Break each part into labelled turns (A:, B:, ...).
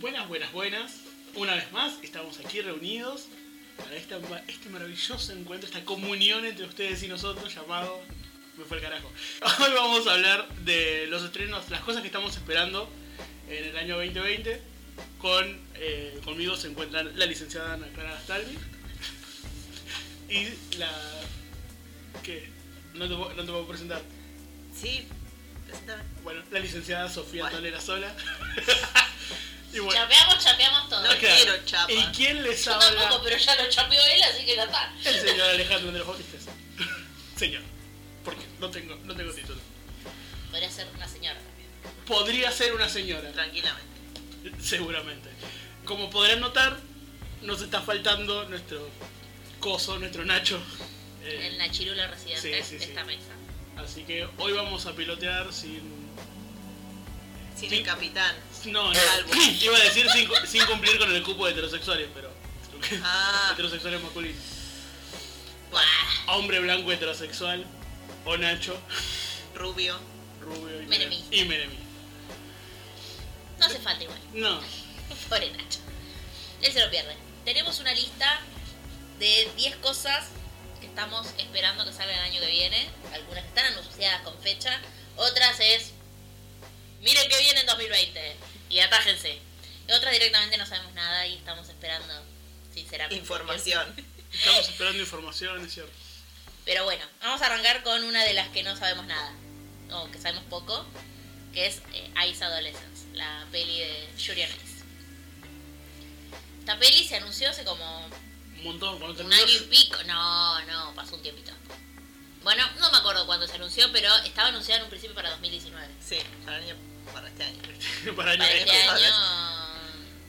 A: Buenas, buenas, buenas. Una vez más, estamos aquí reunidos para esta- este maravilloso encuentro, esta comunión entre ustedes y nosotros llamado... Me fue el carajo. Hoy vamos a hablar de los estrenos, las cosas que estamos esperando en el año 2020. Con, eh, conmigo se encuentran la licenciada Ana Clara Gastaldi y la... que no te, puedo- no te puedo presentar.
B: Sí, preséntame.
A: Bueno, la licenciada Sofía
B: Bueno.
A: Tolera Sola. y bueno,
C: Chapeamos, chapeamos todo.
B: No
A: Ok.
B: quiero chapa.
A: ¿y quién les
C: Yo
A: habla?
C: tampoco, pero ya lo chapeó él, así que ya está.
A: El señor Alejandro de los Batistes. Señor. Porque no tengo, no tengo título.
C: Podría ser una señora también.
A: Podría ser una señora,
B: Tranquilamente.
A: seguramente. Como podrán notar, nos está faltando nuestro coso, nuestro Nacho. Eh,
C: El Nachirula residente
A: sí, sí,
C: de
A: sí.
C: esta mesa.
A: así que hoy vamos a pilotear sin.
B: Sin
A: Sí.
B: el capitán.
A: No, no.
B: Salvo.
A: Iba a decir sin, cu- sin cumplir con el cupo de heterosexuales, pero.
B: Ah,
A: Heterosexuales masculinos.
C: Buah,
A: Hombre blanco heterosexual. O Nacho.
B: rubio.
A: Rubio y
C: Menemí.
A: Y Menemí.
C: no hace falta igual.
A: No.
C: Pobre Nacho. Él se lo pierde. Tenemos una lista de 10 cosas que estamos esperando que salgan el año que viene. Algunas están anunciadas con fecha. Otras es. Miren que viene en 2020. Y atájense. Y otras directamente no sabemos nada y estamos esperando, sinceramente.
B: Información.
A: Estamos esperando información, es cierto.
C: Pero bueno, vamos a arrancar con una de las que no sabemos nada, o que sabemos poco, que es eh, Ice Adolescence, la peli de Julian Ice. Esta peli se anunció hace como
A: Un montón. Cuando
C: un
A: terminó,
C: año y pico. No, no, pasó un tiempito. Bueno, no me acuerdo cuándo se anunció, pero estaba anunciada en un principio para 2019.
B: Sí, para, el año, para este año.
A: para año
C: Para este
A: que-
C: año,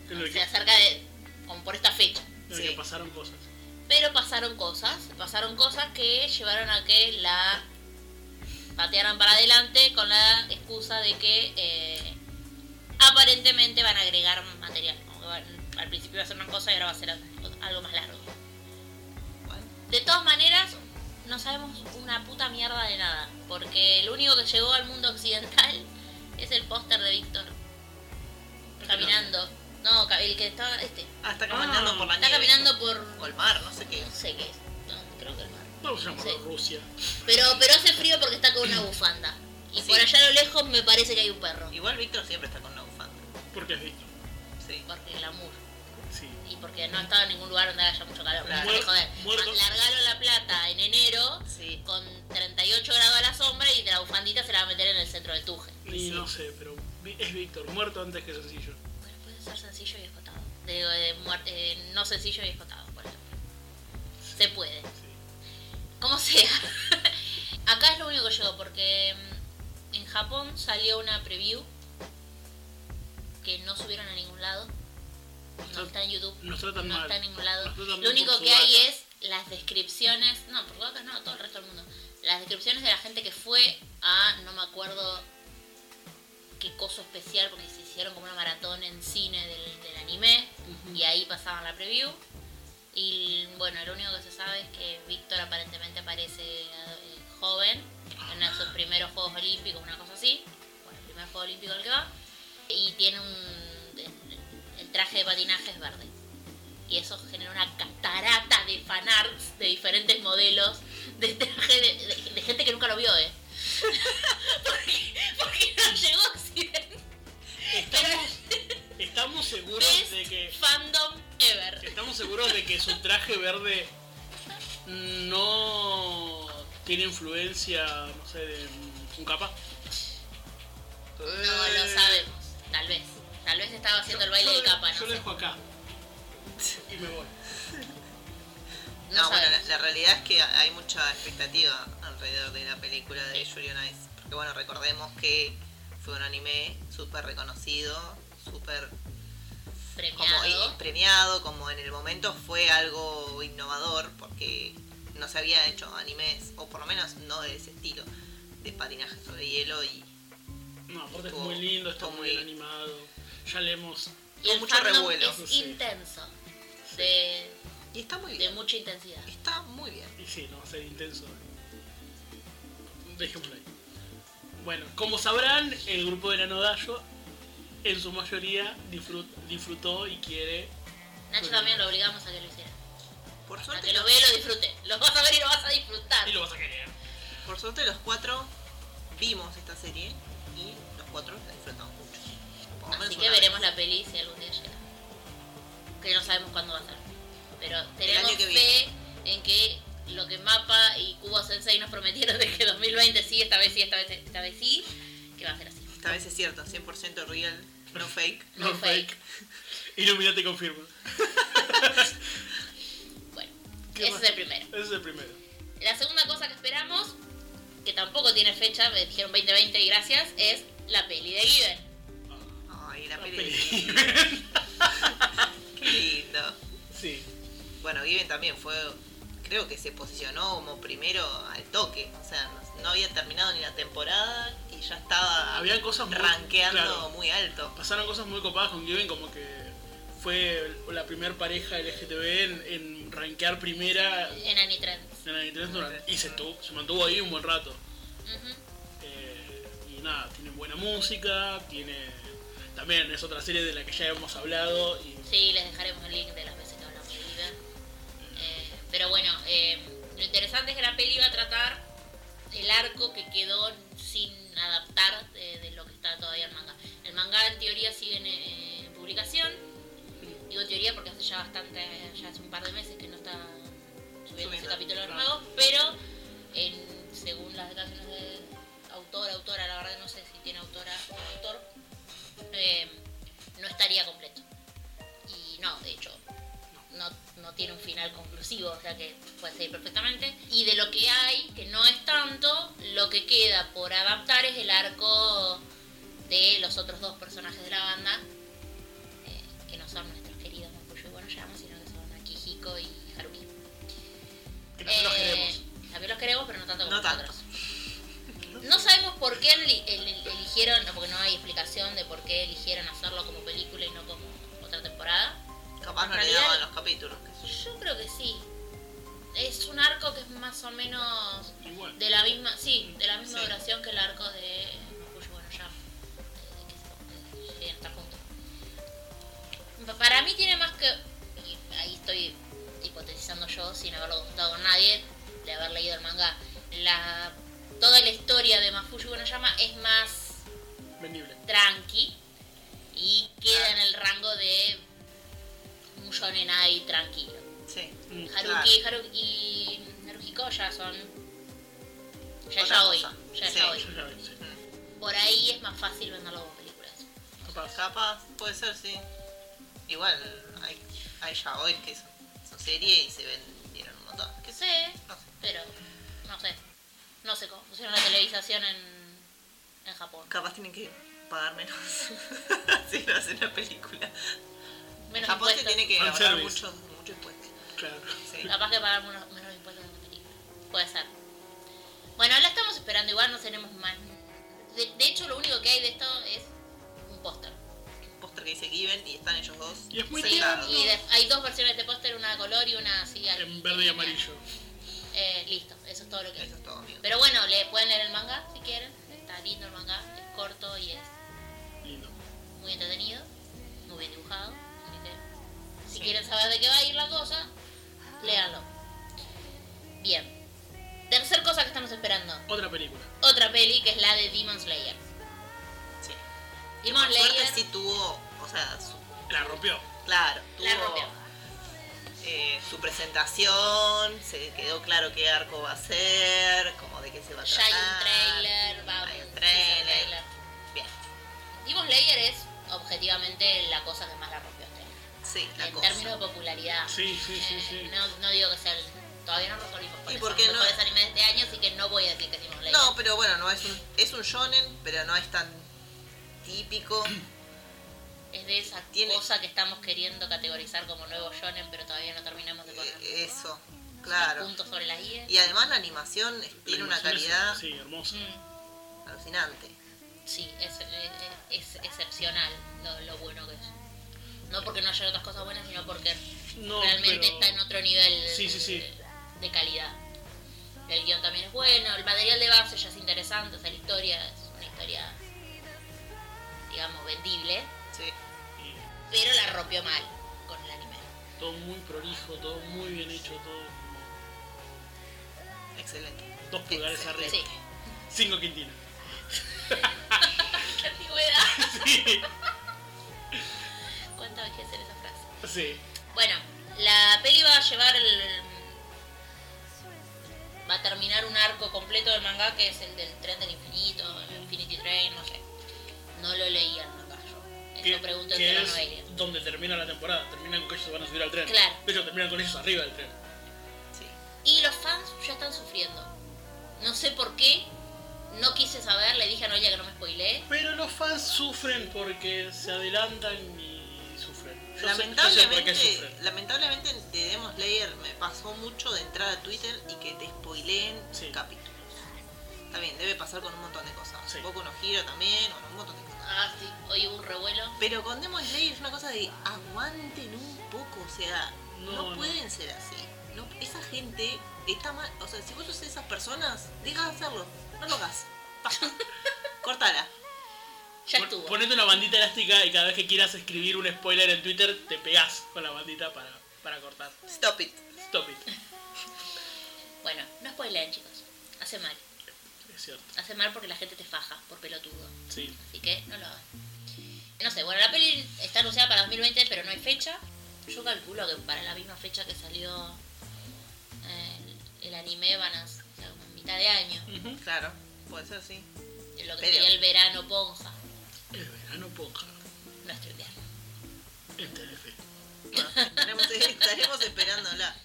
A: Es lo
C: o
A: que-
C: sea, cerca de, como por esta fecha.
A: lo que
B: sí.
A: pasaron cosas.
C: Pero pasaron cosas, pasaron cosas que llevaron a que la patearan para adelante con la excusa de que eh, aparentemente van a agregar material. Como que van- al principio iba a ser una cosa y ahora va a ser algo más largo.
B: Bueno,
C: De todas maneras, no sabemos una puta mierda de nada, porque el único que llegó al mundo occidental es el póster de Víctor. Caminando. No, ca- el que estaba, este.
B: Ah, está caminando
A: Ah,
B: por la
C: Está
B: nieve.
C: caminando por...
B: O el mar, no sé qué.
C: No sé qué es. No, creo que el mar.
A: Vamos a llamarlo
C: Sí.
A: Rusia.
C: Pero, pero hace frío porque está con una bufanda. Y
B: Sí.
C: por allá a lo lejos me parece que hay un perro.
B: Igual Víctor siempre está con una bufanda.
A: Porque has visto.
B: Sí.
C: Porque el amor.
A: Sí.
C: Y porque no estaba en ningún lugar donde haya mucho calor.
B: Claro.
C: Porque, joder,
A: Muerto.
C: largalo a la plata en enero
B: Sí.
C: con 38 grados a la sombra y la bufandita se la va a meter en el centro del tuje.
A: Y
B: Sí.
A: no sé, pero vi- es Víctor, muerto antes que sencillo.
C: Pero puede ser sencillo y escotado. Digo, de muerte, eh, no sencillo y escotado, por ejemplo. Se puede.
A: Sí.
C: Como sea. Acá es lo único que llegó, porque mm, en Japón salió una preview que no subieron a ningún lado. No
A: Nos,
C: está en YouTube.
A: nos tratan
C: No
A: mal.
C: está en ningún lado.
A: Nos tratan
C: Lo
A: bien
C: único
A: por
C: que
A: su
C: hay
A: vaca.
C: es las descripciones. No, por acá no, todo el resto del mundo. Las descripciones de la gente que fue a, no me acuerdo qué coso especial, porque se hicieron como una maratón en cine del, del anime.
A: Ujú.
C: Y ahí pasaban la preview. Y bueno, lo único que se sabe es que Víctor aparentemente aparece eh, joven en uno de sus primeros Juegos Olímpicos, una cosa así. Bueno, el primer Juego Olímpico al que va. Y tiene un. El, el traje de patinaje es verde. Y eso genera una catarata de fanarts de diferentes modelos de traje de, de- de gente que nunca lo vio, ¿eh? porque, porque no llegó a Occidente.
A: Estamos, estamos seguros de que.
C: Fandom ever.
A: Estamos seguros de que su traje verde no tiene influencia, no sé, de un capa.
C: No lo sabemos, tal vez. Tal vez estaba haciendo el baile de capa, no
A: Yo lo
C: sé.
A: dejo acá. Y me voy.
C: No,
B: No, bueno, la,
C: sabemos.
B: la realidad es que hay mucha expectativa alrededor de la película de Yuri on Ice. Porque bueno, recordemos que fue un anime súper reconocido, súper como
C: Premiado.
B: y- premiado, como en el momento fue algo innovador porque no se había hecho animes, o por lo menos no de ese estilo, de patinaje sobre hielo y
A: No, aparte es
B: Estuvo-
A: muy lindo, está
B: estuvo
A: muy bien
B: muy-
A: animado. Ya leemos.
C: Y el
B: con mucho
C: fandom
B: revuelo.
C: Es
A: Sí.
C: intenso. De,
B: Y está muy
C: de
B: bien.
C: mucha intensidad.
B: Está muy bien.
A: Y sí, no va a ser intenso. Dejémoslo ahí. Bueno, como sabrán, el grupo de Nanodayo en su mayoría disfrut- disfrutó y quiere.
C: Nacho también lo obligamos a que lo hiciera.
B: Por
C: A
B: suerte,
C: que lo
B: los,
C: vea y lo disfrute. Lo vas a ver y lo vas a disfrutar.
A: Y lo vas a querer.
B: por suerte los cuatro vimos esta serie y los cuatro la disfrutamos mucho. Por lo
C: Así
B: menos
C: que
B: una
C: veremos
B: vez.
C: la peli si algún día llega. Que no sabemos cuándo va a ser. Pero tenemos
B: año que
C: fe en que lo que Mapa y Cubo Sensei nos prometieron de que 2020 sí, esta vez sí, esta vez, esta vez sí, que va a ser así.
B: Esta vez es cierto, 100% real, no fake.
C: No fake.
A: Illuminati confirma.
C: Bueno,
A: ¿Qué
C: ese
A: más?
C: es el primero.
A: Ese es el primero.
C: La segunda cosa que esperamos, que tampoco tiene fecha, me dijeron 2020 y gracias, es la peli de Given.
B: Ay, la
A: La
B: peli.
A: peli.
B: Qué lindo.
A: sí.
B: Bueno, Given también fue, creo que se posicionó como primero al toque. O sea, no, no había terminado ni la temporada y ya estaba
A: Había cosas muy-
B: rankeando
A: claro.
B: muy alto.
A: Pasaron cosas muy copadas con Given, como que fue la primera pareja LGTB en, en rankear primera
C: En Annie Trends.
A: en la Nintendo durante- y se, tu- se mantuvo ahí un buen rato.
C: Ujú.
A: Eh, y nada, tiene buena música, tiene. También es otra serie de la que ya hemos hablado. Y
C: Sí, les dejaremos el link de las veces que hablamos de Giver. Eh, pero bueno, eh, lo interesante es que la peli va a tratar el arco que quedó sin adaptar eh, de, lo que está todavía el manga. El manga en teoría sigue en, eh, publicación. Digo teoría porque hace ya bastante, ya hace un par de meses que no está subiendo ese
B: Subiendo,
C: capítulo
A: claro.
C: nuevo, pero en- según las declaraciones de autor, autora, la verdad no sé si tiene autora o autor, eh, no estaría completo. Y no, de hecho, no, no tiene un final conclusivo, o sea que puede seguir perfectamente. Y de lo que hay, que no es tanto, lo que queda por adaptar es el arco de los otros dos personajes de la banda, eh, que no son nuestros queridos Makuyo y Bonoyama, sino que son Akihiko y Haruki.
A: que también los
C: Eh,
A: queremos.
C: También los queremos, pero no tanto como
B: No tanto.
C: nosotros. No sabemos por qué eli- el- el- eligieron, no, porque no hay explicación de por qué eligieron hacerlo como película y no como otra temporada.
B: Capaz no
C: En
B: le
C: realidad-
B: daban los capítulos. qué sé yo.
C: Yo creo que sí. Es un arco que es más o menos
A: Igual.
C: Eh, de la misma, sí, de la misma
B: Sí.
C: duración que el arco de Makuyu bueno ya eh, que se- que lleguen a estar juntos. Pa- Para mí tiene más que y ahí estoy hipotetizando yo sin haberlo consultado con nadie, de haber leído el manga. La toda la historia de Mafuyu Bonoyama es más
A: Vendible.
C: tranqui y queda en el rango de un shonenai tranquilo.
B: Sí.
A: Mm.
C: Haruki, Haruki y Haruhiko ya son ya
B: Otra
C: ya hoy,
B: cosa.
C: ya
B: Sí.
C: ya hoy.
A: Ya saben, sí.
B: Mm.
C: Por ahí es más fácil venderlo como películas.
A: Capaz.
B: Capaz, puede ser, sí. Igual, hay, hay ya hoy que son, son serie y se vendieron un montón.
C: Que
B: ¿Qué sé?
C: sé,
B: No sé.
C: pero no sé. No sé cómo funciona la televisación en, en Japón.
B: Capaz tienen que pagar menos si no hacen la película.
C: Menos
B: Japón se
C: impuestos.
B: tiene que
A: Fan
B: ahorrar
A: service.
B: mucho, mucho impuesto.
A: Claro.
B: Sí.
C: Capaz que pagar menos, menos impuestos en la película. Puede ser. Bueno, la estamos esperando, igual no tenemos más. De, de hecho, lo único que hay de esto es un póster.
B: Póster que dice Given y están ellos dos.
A: Y es muy
B: sentados.
A: tierno.
C: Y de- hay dos versiones de póster, una a color y una así. al-
A: En verde y amarillo.
C: Eh, listo, eso es todo lo que hay.
B: Eso es todo, amigo.
C: Pero bueno, le pueden leer el manga si quieren. Está lindo el manga, es corto y es
A: Lindo.
C: muy entretenido, muy bien dibujado. Así que si
B: Sí.
C: quieren saber de qué va a ir la cosa, léanlo. Bien. Tercer cosa que estamos esperando.
A: Otra película.
C: Otra peli que es la de Demon Slayer.
B: Sí.
C: Demon
B: Por suerte
C: Slayer
B: sí tuvo, o sea, su-
A: La rompió.
B: claro, tuvo
C: la rompió.
B: eh, su presentación, se quedó claro qué arco va a ser, como de qué se va a
C: Ya
B: tratar.
C: hay un trailer, va
B: Ah, hay un
C: sí,
B: trailer.
C: hay un trailer.
B: Bien,
C: Demon Slayer es objetivamente la cosa que más la rompió este año.
B: sí, la
C: en
B: cosa.
C: términos de popularidad.
A: Sí, sí, sí,
C: Eh,
A: sí.
C: No, no digo que sea el. Todavía no resolvimos cuáles
B: ¿Y por
C: son
B: qué
C: los
B: no?
C: mejores animes de este año, así que no voy a decir que Demon Slayer.
B: No, pero bueno, no es un, es un shonen, pero no es tan típico.
C: Es de esa
B: Tiene-
C: cosa que estamos queriendo categorizar como nuevo shonen, pero todavía no terminamos de poner
B: eh, eso, claro.
C: puntos sobre las guías.
B: Y además la animación es- tiene una
A: La animación es-
B: calidad
A: Sí, hermosa.
C: Mm,
B: alucinante.
C: sí, es, eh, es- es excepcional lo, lo bueno que es. No porque no haya otras cosas buenas, sino porque
A: No,
C: Mm, realmente
A: pero-
C: está en otro nivel
A: Sí, sí, sí.
C: de- de calidad. El guión también es bueno, el material de base ya es interesante, o sea, la historia es una historia digamos, vendible,
B: Sí.
A: Y
C: pero la rompió mal con el anime.
A: eh, todo muy prolijo, todo muy bien hecho, todo como
B: Excelente.
A: dos pulgares
B: Excelente.
A: arriba.
C: Sí,
A: Cinco quintinas.
C: qué antigüedad.
A: Sí,
C: ¿Cuánta vejez en esa frase?
A: sí.
C: Bueno, la peli va a llevar el... Va a terminar un arco completo del manga que es el del tren del infinito, el Infinity Train, no sé. No lo leí al manga yo. Eso pregunto
A: que
C: en la
A: es
C: novela.
A: donde termina la temporada. Terminan con que ellos se van a subir al tren.
C: Claro.
A: De hecho, terminan con ellos arriba del tren.
B: Sí.
C: Y los fans ya están sufriendo. No sé por qué. No quise saber, le dije a Noelia que no me spoileé.
A: Pero los fans sufren porque se adelantan y sufren. Yo sé- yo sé por qué
B: Lamentablemente,
A: sufren.
B: lamentablemente de Demon Slayer me pasó mucho de entrar a Twitter y que te spoileen
A: Sí.
B: capítulos. Está bien, debe pasar con un montón de cosas.
A: Sí.
B: Boku no Hero también, bueno, un montón de cosas.
C: Ah, sí. Hoy hubo un revuelo.
B: Pero con Demon Slayer es una cosa de aguanten un poco, o sea,
A: No,
B: no,
A: no.
B: pueden ser así. No, esa gente está mal, o sea, si vos sos de esas personas, deja de hacerlo, no lo hagas. Basta. Cortala.
C: Ya
A: Pon-
C: estuvo.
A: Ponete una bandita elástica y cada vez que quieras escribir un spoiler en Twitter, te pegás con la bandita para, para cortar.
B: Stop it.
A: Stop it.
C: Bueno, no spoileen, chicos. Hace mal.
A: Es cierto.
C: Hace mal porque la gente te faja por pelotudo.
A: Sí.
C: Así que no lo hagas. No sé, bueno, la peli está anunciada para 2020, pero no hay fecha. Yo calculo que para la misma fecha que salió eh, el, el anime van a ser como mitad de año.
A: Ujú.
B: Claro, puede ser así.
C: Lo
B: Pero-
C: que sería el verano ponja,
A: El verano Este ponja
C: nuestro invierno.
A: en Telefe.
B: Bueno, estaremos, estaremos esperándola.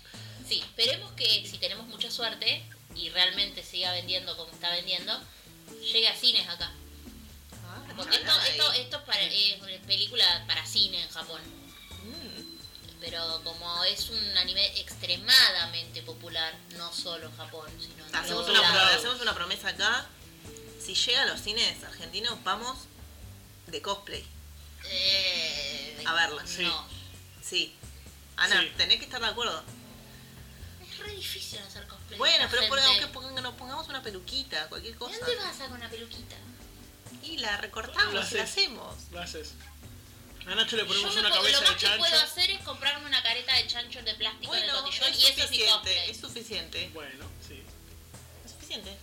C: Sí, esperemos que si tenemos mucha suerte y realmente siga vendiendo como está vendiendo, llegue a cines acá.
B: Ah,
C: Porque esto, esto, esto es, para, es una película para cine en Japón.
B: Mm,
C: Pero como es un anime extremadamente popular, no solo en Japón, sino en
B: Hacemos
C: todos
B: una,
A: lados.
B: hacemos una promesa acá. Si llega a los cines argentinos, vamos de cosplay.
C: Eh,
B: A verla.
A: Sí.
C: No,
B: Sí. Ana,
A: Sí.
B: tenés que estar de acuerdo.
C: es re difícil hacer cosplay.
B: Bueno,
C: de
B: pero por,
C: gente.
B: aunque pongan- nos pongamos una peluquita, cualquier
C: ¿De
B: cosa.
C: dónde vas a con una peluquita?
B: Y la
A: Lo
B: recortamos y
A: haces.
B: la hacemos.
A: Lo haces. A Nacho le
C: Yo
A: ponemos
C: me
A: una
C: po-
A: cabeza
C: lo más
A: de
C: que puedo
A: chancho.
C: hacer es comprarme una careta de chancho de plástico en el
B: Bueno,
C: cotillón
B: es
C: y ese es mi
B: suficiente,
C: cosplay.
B: es suficiente.
A: Bueno, sí.
B: Es suficiente.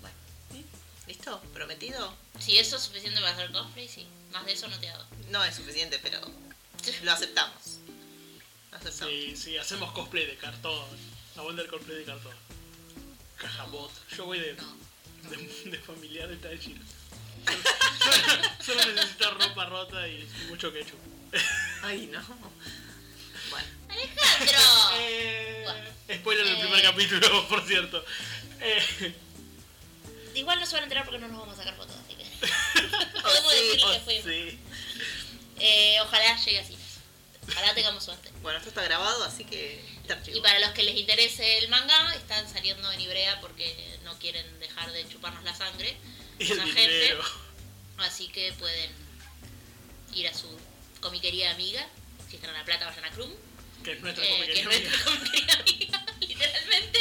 B: Bueno, ¿sí? ¿listo? ¿Prometido?
C: Si eso es suficiente para hacer cosplay, sí. Más de eso no te hago.
B: No es suficiente, pero lo aceptamos. Lo aceptamos.
A: Sí, sí, hacemos cosplay de cartón. La banda del cosplay de cartón. Cajabot. Yo voy de,
C: No.
A: de, de familiar de Tanjiro. Solo, solo necesito ropa rota y mucho ketchup.
B: Ay, no. Bueno,
C: ¡Alejandro!
A: Eh,
C: Bueno.
A: Spoiler del
C: Eh.
A: primer capítulo, por cierto. Eh,
C: Igual no se van a enterar porque no nos vamos a sacar fotos, así que.
B: Oh,
C: Podemos
B: sí,
C: decir lo
B: oh,
C: que fuimos.
A: sí.
C: Eh, ojalá llegue a cines. Ojalá tengamos suerte.
B: bueno, esto está grabado, así que te archivo.
C: Y para los que les interese el manga, están saliendo en Ibrea porque no quieren dejar de chuparnos la sangre.
A: Y el
C: esa
A: dinero.
C: Así que pueden ir a su comiquería amiga. Si están en La Plata, vayan a Krum.
A: Que es nuestra
C: eh, que es
A: comiquería.
C: nuestra comiquería amiga, literalmente.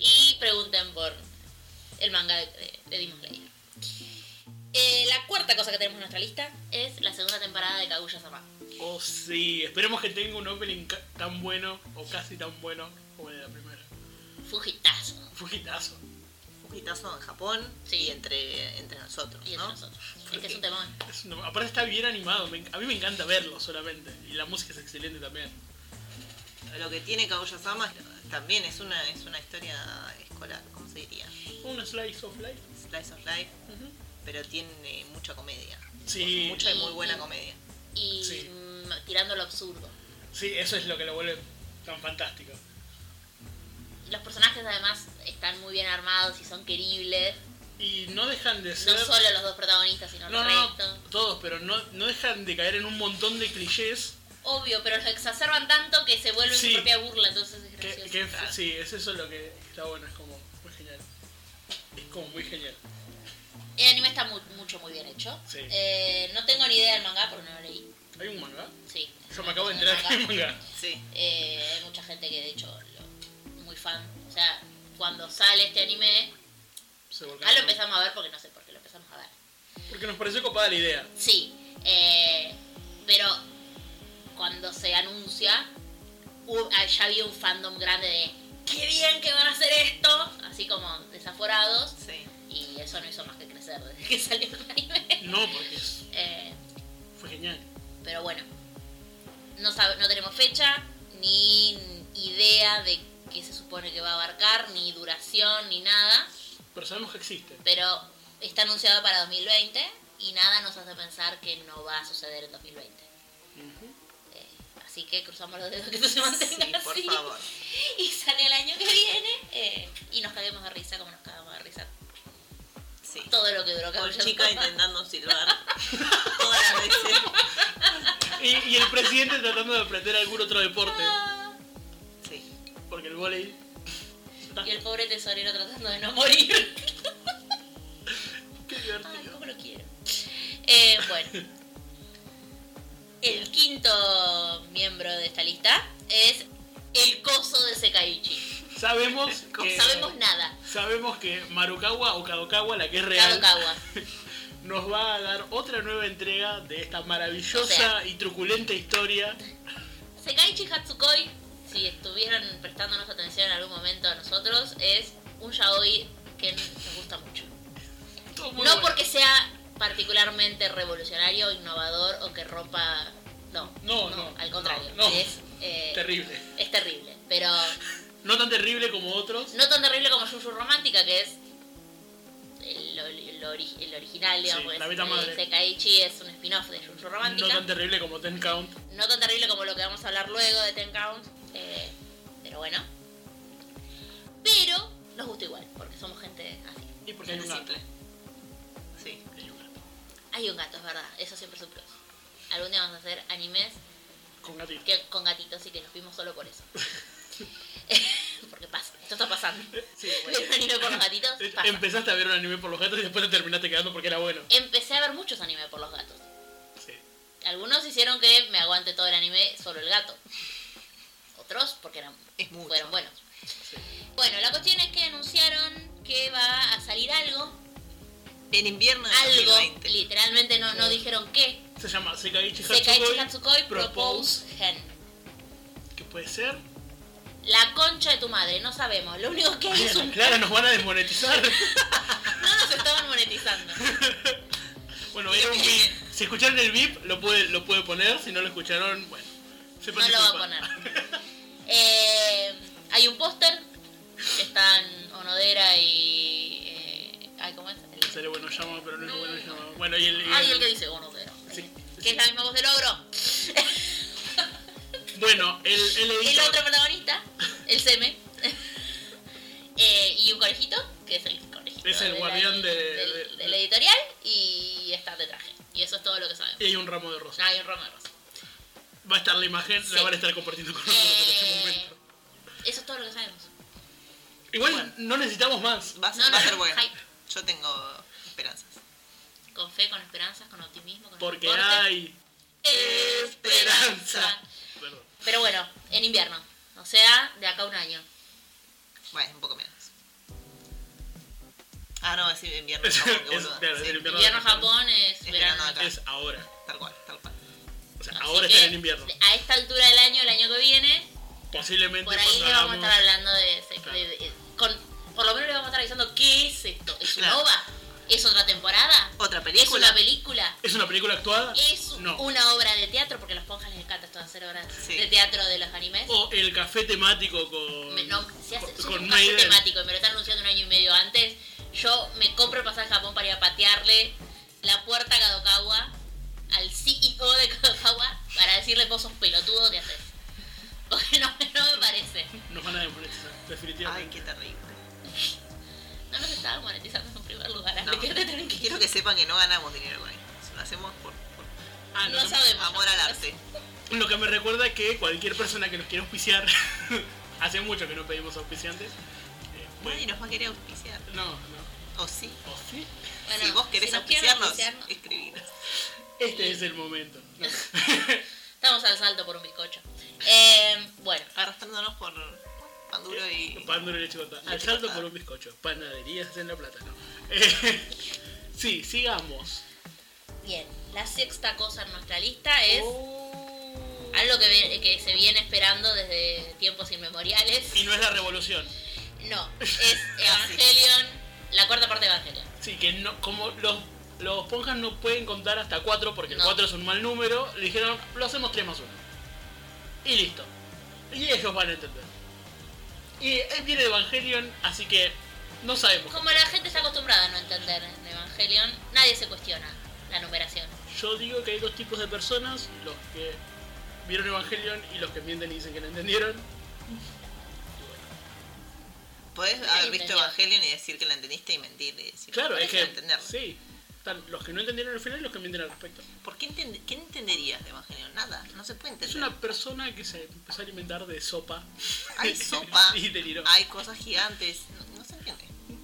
C: Y pregunten por el manga de, de Demon Slayer. Eh, la cuarta cosa que tenemos en nuestra lista es la segunda temporada de Kaguya-sama.
A: Oh, sí. Esperemos que tenga un opening ca- tan bueno o casi tan bueno como el de la primera.
C: Fujitazo.
A: Fue un hitazo.
B: Un hitazo en Japón
C: Sí.
B: y entre, entre nosotros,
C: Y entre
B: ¿no?
C: nosotros.
A: Ah,
C: Es que es un temón.
A: Es una- aparte está bien animado. me en- a mí me encanta verlo solamente. Y la música es excelente también.
B: Lo que tiene Kaguya-sama también es una, es una historia escolar, ¿cómo se diría?
A: Un slice of life.
B: Slice of life, pero tiene mucha comedia.
A: Sí.
B: Mucha y
C: Y-
B: muy buena
C: y-
B: comedia.
C: Y
A: Sí.
C: mm, tirando lo absurdo.
A: Sí, eso es lo que lo vuelve tan fantástico.
C: Los personajes además están muy bien armados y son queribles.
A: Y no dejan de ser.
C: No solo los dos protagonistas, sino
A: no,
C: el
A: no,
C: resto.
A: todos, pero no, no dejan de caer en un montón de clichés
C: Obvio, pero los exacerban tanto que se vuelven
A: Sí.
C: su propia burla, entonces es
A: Que,
C: gracioso.
A: que es- sí, es eso lo que está bueno, es como muy genial. Es como muy genial.
C: El anime está mu- mucho, muy bien hecho.
A: Sí.
C: Eh, no tengo ni idea del manga porque no lo leí.
A: ¿Hay un manga?
C: Sí.
A: Yo me acabo de enterar que hay un manga.
B: Sí.
C: Eh, hay mucha gente que de hecho lo- muy fan. O sea, cuando sale este anime,
A: Se volcaron.
C: ah, lo empezamos a ver porque no sé por qué lo empezamos a ver.
A: Porque nos pareció copada la idea.
C: Sí. Eh, pero cuando se anuncia, hu- ah, ya había un fandom grande de ¡Qué bien que van a hacer esto! Así como desaforados.
B: Sí.
C: Y eso no hizo más que crecer desde que salió el anime.
A: No, porque es-
C: Eh,
A: fue genial.
C: pero bueno, no, sabe- no tenemos fecha, ni idea de qué se supone que va a abarcar, ni duración, ni nada.
A: Pero sabemos que existe.
C: Pero está anunciado para 2020 y nada nos hace pensar que no va a suceder en 2020.
A: Ujú.
C: Eh, así que cruzamos los dedos que esto se mantenga
B: Sí, por
C: así.
B: favor.
C: Y sale el año que viene eh, y nos caguemos de risa como nos cagamos de risa
B: Sí.
C: todo lo que duró
B: Con
C: Caballeros
B: chica
C: Zodíaco.
B: intentando silbar. Todas las veces.
A: Y, y el presidente tratando de aprender algún otro deporte.
C: Ah,
B: Sí.
A: Porque el volei.
C: Y el pobre tesorero tratando de no morir.
A: Qué
C: Ay,
A: divertido.
C: cómo lo quiero. Eh, bueno. El quinto miembro de esta lista es el coso de Sekaiichi.
A: Sabemos
B: ¿Cómo
A: que.
C: Sabemos nada.
A: Sabemos que Marukawa o Kadokawa, la que es real,
C: Kadokawa.
A: nos va a dar otra nueva entrega de esta maravillosa
C: O sea.
A: y truculenta historia.
C: Sekaiichi Hatsukoi, si estuvieron prestándonos atención en algún momento a nosotros, es un yaoi que nos gusta mucho.
A: Todo muy
C: No
A: bueno.
C: porque sea particularmente revolucionario, innovador o que rompa... No,
A: No, no,
C: al contrario.
A: no, no.
C: Es, eh,
A: Terrible.
C: es terrible, pero
A: No tan terrible como otros.
C: no tan terrible como Yuyu Romántica, que es el, el- el ori- el original, digamos.
A: la
C: es-
A: beta madre.
C: eh, Sekaiichi es un spin-off de Yuyu Romántica.
A: No tan terrible como Ten Count.
C: No tan terrible como lo que vamos a hablar luego de Ten Count, eh, pero bueno. Pero nos gusta igual, porque somos gente así.
A: Y porque hay
B: Gente
A: un gato.
B: simple. Sí.
A: Hay un gato.
C: Hay un gato, es verdad, eso siempre es un plus. Algún día vamos a hacer animes
A: Con gatito.
C: que, con gatitos y que los vimos solo por eso. porque pasa, esto está pasando.
A: Sí, bueno.
C: Ver un anime por los gatitos pasa.
A: Empezaste a ver un anime por los gatos y después te terminaste quedando porque era bueno.
C: Empecé a ver muchos animes por los gatos.
A: Sí.
C: Algunos hicieron que me aguante todo el anime solo el gato. Otros porque eran
B: Es mucho.
C: fueron buenos. Bueno, la cuestión es que anunciaron que va a salir algo,
B: Ah, En invierno de
C: algo,
B: 2020.
C: literalmente no, no dijeron qué.
A: Se llama Sekaiichi
C: Sekaiichi
A: Hatsukoi.
C: Hatsukoi Propose Gen.
A: Que puede ser.
C: La concha de tu madre, no sabemos. Lo único que hay es un...
A: Claro, nos van a desmonetizar.
C: No nos estaban monetizando.
A: Bueno, era un beep. Si escucharon el VIP, lo puede, lo puede poner. Si no lo escucharon, bueno. sepan
C: No lo va a
A: disculpar.
C: poner. Eh, hay un póster. Están Onodera y... eh, ay, ¿cómo es? El-
A: Sería bueno llama, pero no es bueno llama. Bueno, y el. y
C: Ay,
A: el-
C: el que dice Onodera.
A: Sí.
C: Que es la misma voz del ogro.
A: Bueno, el, el
C: El
A: editor.
C: otro protagonista, el Seme. Eh, y un conejito, que es el conejito.
A: Es el
C: de la-
A: guardián de-
C: del,
A: de-
C: de la editorial. Y está de traje. Y eso es todo lo que sabemos.
A: Y hay un ramo de rosas.
C: Ah, y un ramo de rosas.
A: Va a estar la imagen,
C: Sí.
A: la van a estar compartiendo con nosotros en este
C: Eh,
A: momento.
C: Eso es todo lo que sabemos.
A: Igual
B: bueno.
A: no necesitamos más.
B: Va a ser,
C: No, no,
B: va a ser bueno.
C: hype.
B: Yo tengo esperanzas.
C: Con fe, con esperanzas, con optimismo. Con
A: Porque
C: deporte.
A: hay.
C: esperanza.
A: Perdón.
C: Pero bueno, en invierno. O sea, de acá a un año.
B: Bueno, un poco menos. Ah, no, es invierno.
A: Es-
B: Japón, qué
A: es-
B: boluda.
A: claro, es
B: Sí,
A: el invierno.
C: Invierno Japón es
B: Es
C: verano
B: verano
C: acá.
B: acá.
A: Es ahora.
B: Tal cual, tal cual.
A: O sea,
C: Así
A: ahora
C: que,
A: está en invierno.
C: A esta altura del año, el año que viene,
B: Este
A: Posiblemente
C: Por ahí
A: cuando
C: le vamos a estar
A: hagamos-
C: hablando de, de-
A: Claro.
C: de- de- con- por lo menos le vamos a estar avisando qué es esto. ¿Es una
B: Claro.
C: ova? ¿Es otra temporada?
B: Otra
C: ¿Es
B: película.
C: una película?
A: ¿Es una película actuada?
C: ¿Es
A: No.
C: una obra de teatro? Porque a los ponjas les encanta esto de hacer obras
B: Sí. Oh,
C: de teatro de los animes.
A: O el café temático con.
C: Me- no, si hace,
A: con-
C: si es
A: con
C: un café
A: Maiden.
C: temático y me lo están anunciando un año y medio antes, yo me compro el pasaje a Japón para ir a patearle la puerta a Kadokawa al CEO de Kadokawa para decirle vos sos pelotudo que haces. Porque no, no me parece.
A: Nos van a desmonetizar,
B: Ay,
A: definitivamente.
B: qué terrible.
C: No nos estaba monetizando en primer lugar, así
B: No.
C: que te tranquilo.
B: Quiero que sepan que no ganamos dinero con esto. Lo hacemos por, por
A: Ah,
C: No
A: lo, que,
C: sabemos.
B: amor al arte.
A: lo que me recuerda es que cualquier persona que nos quiera auspiciar, hace mucho que no pedimos auspiciantes. eh, bueno,
B: Nadie nos va a querer auspiciar.
A: no, no.
B: O sí.
A: ¿O sí?
C: Bueno,
B: si vos querés
C: nos quieren
B: auspiciarnos,
C: auspiciarnos,
B: escribinos.
A: Este es el momento. No.
C: estamos al salto por un bizcocho. Eh, bueno,
B: Arrastrándonos por pan duro y.
A: Pan duro y leche cortada. Al
B: Leche
A: salto
B: cortada.
A: por un bizcocho. Panaderías en La Plata, ¿no? Eh, sí, sigamos.
C: Bien, la sexta cosa en nuestra lista es
B: Uh.
A: Oh.
C: algo que, ve- que se viene esperando desde tiempos inmemoriales.
A: Y no es la revolución.
C: No, es
B: Ah,
C: Evangelion, la cuarta parte de Evangelion.
A: Sí, que no, como los, los Ponjas no pueden contar hasta 4 porque el
C: No.
A: 4 es un mal número, le dijeron, lo hacemos 3 más 1. Y listo. Y ellos van a entender. Y ahí viene Evangelion, así que no sabemos.
C: Como la gente está acostumbrada a no entender en Evangelion, nadie se cuestiona la numeración.
A: Yo digo que hay dos tipos de personas, los que vieron Evangelion y los que mienten y dicen que no entendieron.
B: Podés haber visto
C: entendió.
B: Evangelion y decir que la entendiste y mentir y decir
A: Claro,
B: "No
A: es que...
B: parece entenderla".
A: Sí. Están los que no entendieron el final y los que mienten al respecto.
B: ¿Por qué, entend- qué entenderías de Evangelion? Nada, no se puede entender.
A: Es una persona que se empezó a alimentar de sopa.
B: Hay sopa,
A: y deliró.
B: hay cosas gigantes, no, no se entiende. Nadie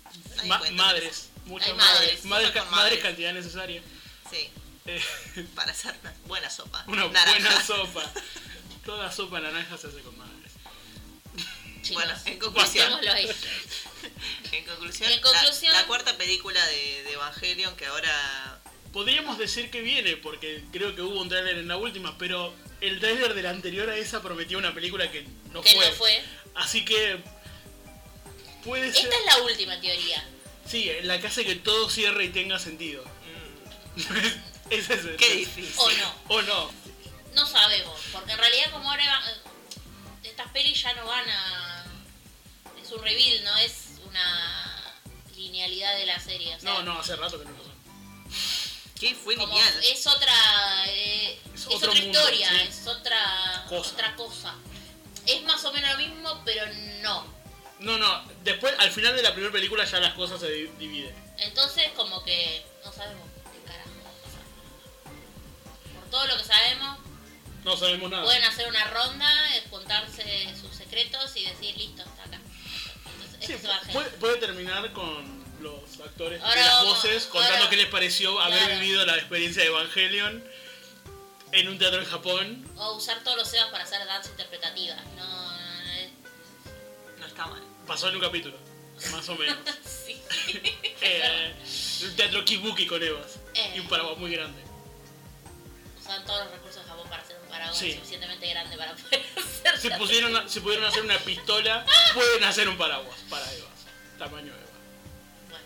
A: Ma-
B: puede entender
A: madres, muchas
C: Hay
A: madres.
C: madres,
A: Madres,
B: sopa
A: ca-
B: con
A: madres
B: madres.
A: cantidad necesaria.
B: eso. Sí,
A: Eh,
B: para hacer una buena sopa.
A: una
B: Naranja.
A: buena sopa. Toda sopa naranja se hace con madres.
C: Chicos,
B: Bueno, en conclusión,
C: dejémoslo ahí.
B: en conclusión,
C: En
B: la-
C: conclusión-
B: la, cuarta película de, de Evangelion que ahora
A: Podríamos decir que viene, porque creo que hubo un tráiler en la última, pero el tráiler de la anterior a esa prometía una película que no,
C: Que
A: fue.
C: no fue.
A: Así que puede ser...
C: Esta es la última teoría.
A: Sí, la que hace que todo cierre y tenga sentido.
B: mm,
A: es eso.
B: qué difícil.
C: O no.
A: O no.
C: No sabemos. Porque en realidad como ahora va- eh, estas pelis ya no van a. Es un reveal, no es una linealidad de la serie. o sea,
A: No, no, hace rato que no lo son.
B: Qué fue
C: como
B: lineal.
C: es otra eh,
A: Es
C: es,
A: otro
C: otra
A: mundo,
C: historia
A: sí.
C: es otra
A: Cosa.
C: otra cosa es más o menos lo mismo pero no
A: No, no, después, al final de la primera película ya las cosas se di- dividen.
C: entonces como que no sabemos qué carajo va a pasar. por todo lo que sabemos
A: No sabemos nada.
C: pueden hacer una ronda eh, contarse sus secretos y decir listo está acá entonces
A: Sí,
C: este es Evangelion.
A: puede, puede terminar con los actores
C: Ahora
A: de las
C: vamos-
A: voces contando
C: ahora-
A: qué les pareció haber
C: claro.
A: vivido la experiencia de Evangelion en un teatro en Japón.
C: o usar todos los sebas para hacer danza interpretativa no, no, no, es-
B: No está mal.
A: Pasó en un capítulo, más o menos.
C: sí.
A: Eh, un teatro Kibuki con Evas
C: Eh.
A: y un paraguas muy grande.
C: usaban todos los recursos de Japón para hacer un paraguas
A: Sí.
C: suficientemente grande para poder hacer
A: Si, pusieron a- si pudieron hacer una pistola,
C: Ah.
A: pueden hacer un paraguas para Evas. Tamaño Eva.
C: Bueno,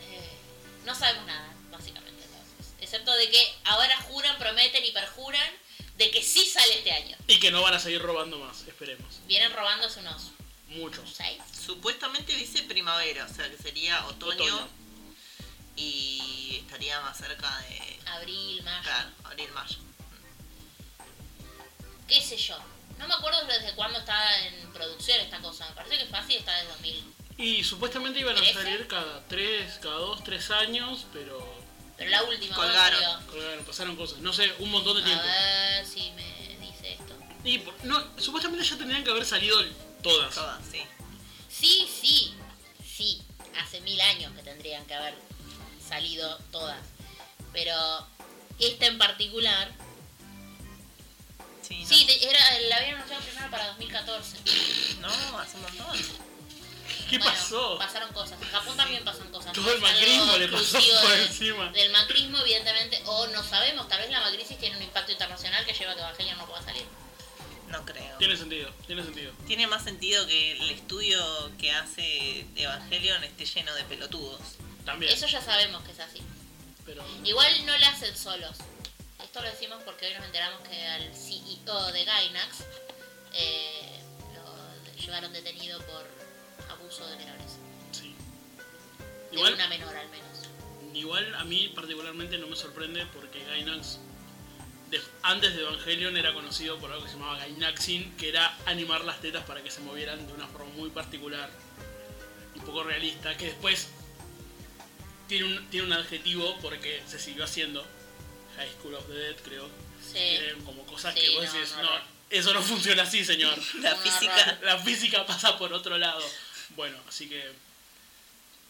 C: eh, no sabemos nada, básicamente, entonces. Excepto de que ahora juran, prometen y perjuran de que sí sale este año.
A: Y que no van a seguir robando más, esperemos.
C: Vienen robándose unos
A: Muchos.
C: seis.
B: Supuestamente dice primavera, o sea que sería otoño,
A: Otoño.
B: y estaría más cerca de
C: Abril, mayo,
B: claro, abril, mayo.
C: qué sé yo. No me acuerdo desde cuándo está en producción esta cosa. Me parece que fue así, está desde 2000.
A: Y supuestamente iban a
C: ¿Trece?
A: salir cada 3, cada 2, 3 años, pero
C: Pero la última. ¿cuándo
B: Colgaron.
C: salió?
A: Colgaron, pasaron cosas, no sé, un montón de
C: A
A: tiempo.
C: ver si me dice esto.
A: Y por- no, supuestamente ya tendrían que haber salido todas.
B: Todas, sí.
C: Sí, sí, sí. Hace mil años que tendrían que haber salido todas. Pero esta en particular.
B: Sí, no,
C: Sí, te- era, la habían anunciado primero para 2014.
B: no, hace un montón.
A: ¿Qué
C: Bueno,
A: pasó?
C: Pasaron cosas. En Japón también pasan cosas.
A: Todo
C: No
A: el
C: es algo
A: macrismo le pasó
C: exclusivo
A: por
C: de-
A: encima.
C: Del macrismo, evidentemente, o no sabemos, tal vez la macrisis tiene un impacto internacional que lleva a que Evangelion no pueda salir.
B: No creo.
A: Tiene sentido, tiene sentido.
B: Tiene más sentido que el estudio que hace Evangelion esté lleno de pelotudos.
A: También.
C: Eso ya sabemos que es así.
A: Pero
C: Igual no la hacen solos. Esto lo decimos porque hoy nos enteramos que al CEO de Gainax eh, lo llevaron detenido por abuso de menores.
A: sí.
C: De
A: Igual,
C: una menor al menos.
A: igual a mí particularmente no me sorprende porque Gainax de- antes de Evangelion era conocido por algo que se llamaba Gainaxin, que era animar las tetas para que se movieran de una forma muy particular y poco realista, que después tiene un, tiene un adjetivo porque se siguió haciendo. High School of the Dead, creo.
C: Sí.
A: Tienen como cosas
C: Sí,
A: que vos
C: no,
A: decís,
C: no,
A: no,
C: no.
A: eso no funciona así, señor.
B: La
C: Un
B: física.
C: horror.
A: La física pasa por otro lado. Bueno, así que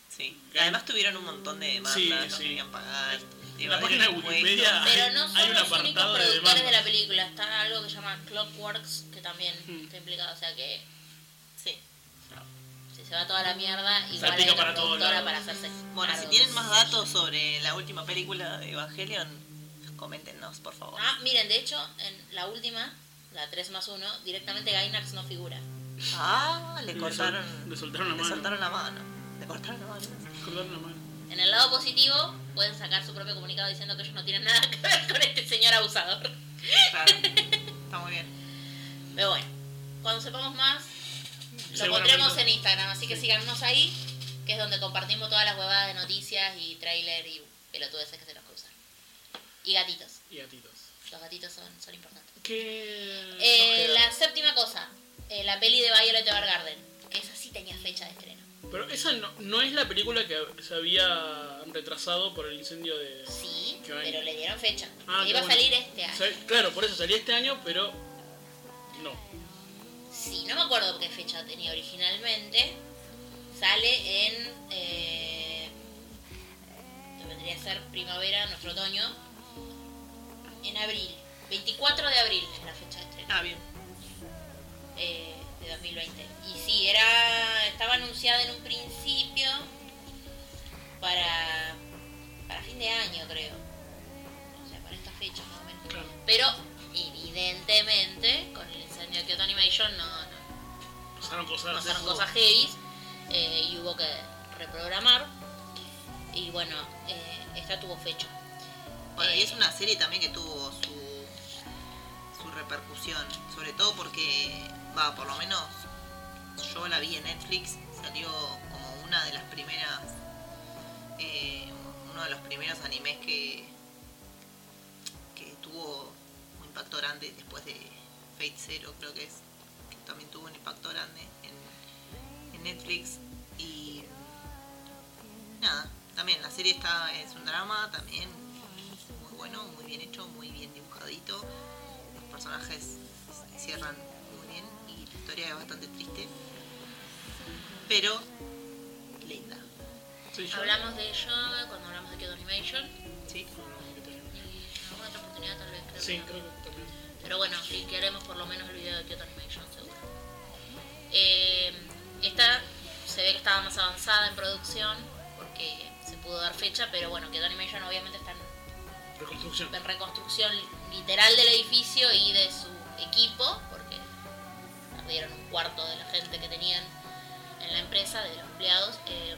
B: Sí. Además tuvieron un montón de demandas,
A: Eh, Sí,
B: no
A: sí.
B: querían pagar.
A: En la página de Wikipedia
C: Pero no
A: hay
C: son
A: un
C: los únicos
A: apartado de
C: productores de,
A: demandas.
C: la película. Está algo que se llama Clockworks, que también
A: Hmm. ah,
C: está implicado. O sea que
B: Sí.
C: sí, Si se va toda la mierda, igual
A: Salpica
C: hay una
A: para todos
C: productora
A: lados.
C: para hacerse.
B: Bueno, si
C: cargo.
B: tienen más datos sobre la última película de Evangelion, coméntenos, por favor.
C: Ah, miren, de hecho, en la última, la 3 más 1, directamente Gainax no figura.
B: Ah, le
A: Le
B: cortaron.
A: sol- le soltaron la
B: le
A: mano.
B: soltaron la mano. Le cortaron la mano.
A: Cortaron la mano.
C: En el lado positivo, pueden sacar su propio comunicado diciendo que ellos no tienen nada que ver con este señor abusador.
B: Claro. Está muy bien.
C: Pero bueno, cuando sepamos más, lo
A: Seguramente-
C: pondremos en Instagram, así que síganos ahí, que es donde compartimos todas las huevadas de noticias y trailer y pelotudeces que se nos cruzan. Y gatitos,
A: Y gatitos.
C: los gatitos son, son importantes.
A: ¿Qué?
C: Eh,
A: nos queda?
C: la séptima cosa, eh, la peli de Violet Evergarden, que esa sí tenía fecha de estreno.
A: Pero esa no, no es la película que se había retrasado por el incendio de...
C: Sí,
A: Qué bueno.
C: pero le dieron fecha.
A: Ah,
C: que
A: qué
C: iba a
A: bueno.
C: salir este año.
A: Sa- Claro, por eso salía este año, pero no.
C: Sí, no me acuerdo qué fecha tenía originalmente. Sale en. Eh, que vendría a ser primavera, nuestro otoño. En abril. 24 de abril es la fecha de estreno
B: Ah, bien.
C: eh, de 2020. Y sí, era, estaba anunciada en un principio para, para fin de año, creo. O sea, para esta fecha más o menos.
A: Claro.
C: Pero, evidentemente, con el incendio de Kyoto Animation no, no,
A: Pasaron cosas.
C: pasaron
A: eso.
C: cosas heavy eh, y hubo que reprogramar. Y bueno, eh, esta tuvo fecha.
B: Bueno, y es
C: Eh,
B: una serie también que tuvo su, su repercusión, sobre todo porque, va, por lo menos yo la vi en Netflix, salió como una de las primeras, eh, uno de los primeros animes que, que tuvo un impacto grande después de Fate Zero, creo que es, que también tuvo un impacto grande en, en Netflix y nada, también la serie está, es un drama también muy bueno, muy bien hecho, muy bien dibujadito. Los personajes se cierran muy bien y la historia es bastante triste, pero linda.
A: Sí, yo-
C: Hablamos de ello cuando hablamos de Kyoto Animation.
B: Sí,
C: Y en alguna otra oportunidad tal vez creo
A: Sí,
C: que no.
A: creo que también.
C: Pero bueno, linkearemos por lo menos el video de Kyoto Animation seguro. Eh, esta se ve que estaba más avanzada en producción porque se pudo dar fecha, pero bueno, Kyoto Animation obviamente está en
A: Reconstrucción.
C: en reconstrucción literal del edificio y de su equipo, porque perdieron un cuarto de la gente que tenían en la empresa, de los empleados. eh.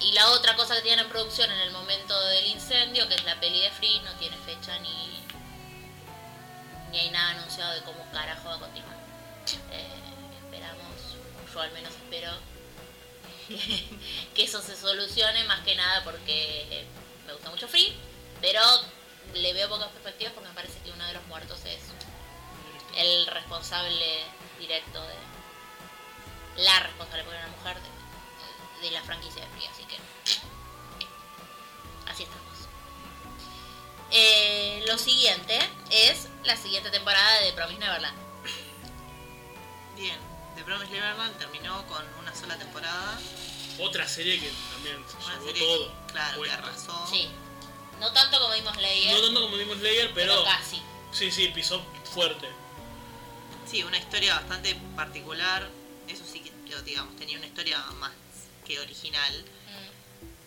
C: Y la otra cosa que tienen en producción en el momento del incendio, que es la peli de Free, no tiene fecha ni, ni hay nada anunciado de cómo carajo va a continuar. Eh, esperamos, yo al menos espero que, que eso se solucione más que nada porque eh, me gusta mucho Free, pero le veo pocas perspectivas porque me parece que uno de los muertos es el responsable directo de la responsable por una mujer de, de la franquicia de Free, así que así estamos. Eh, lo siguiente es la siguiente temporada de Promise Neverland.
B: bien. The Promised Neverland terminó con una sola temporada.
A: Otra serie que también se
B: Una
A: llevó
B: serie
A: todo.
B: claro, que
A: Bueno,
B: arrasó.
C: Sí, no tanto como vimos Layer,
A: No tanto como dimos Slayer,
C: pero,
A: pero.
C: casi.
A: Sí, sí, pisó fuerte.
B: Sí, una historia bastante particular. Eso sí que, lo digamos, tenía una historia más que original.
C: Mm,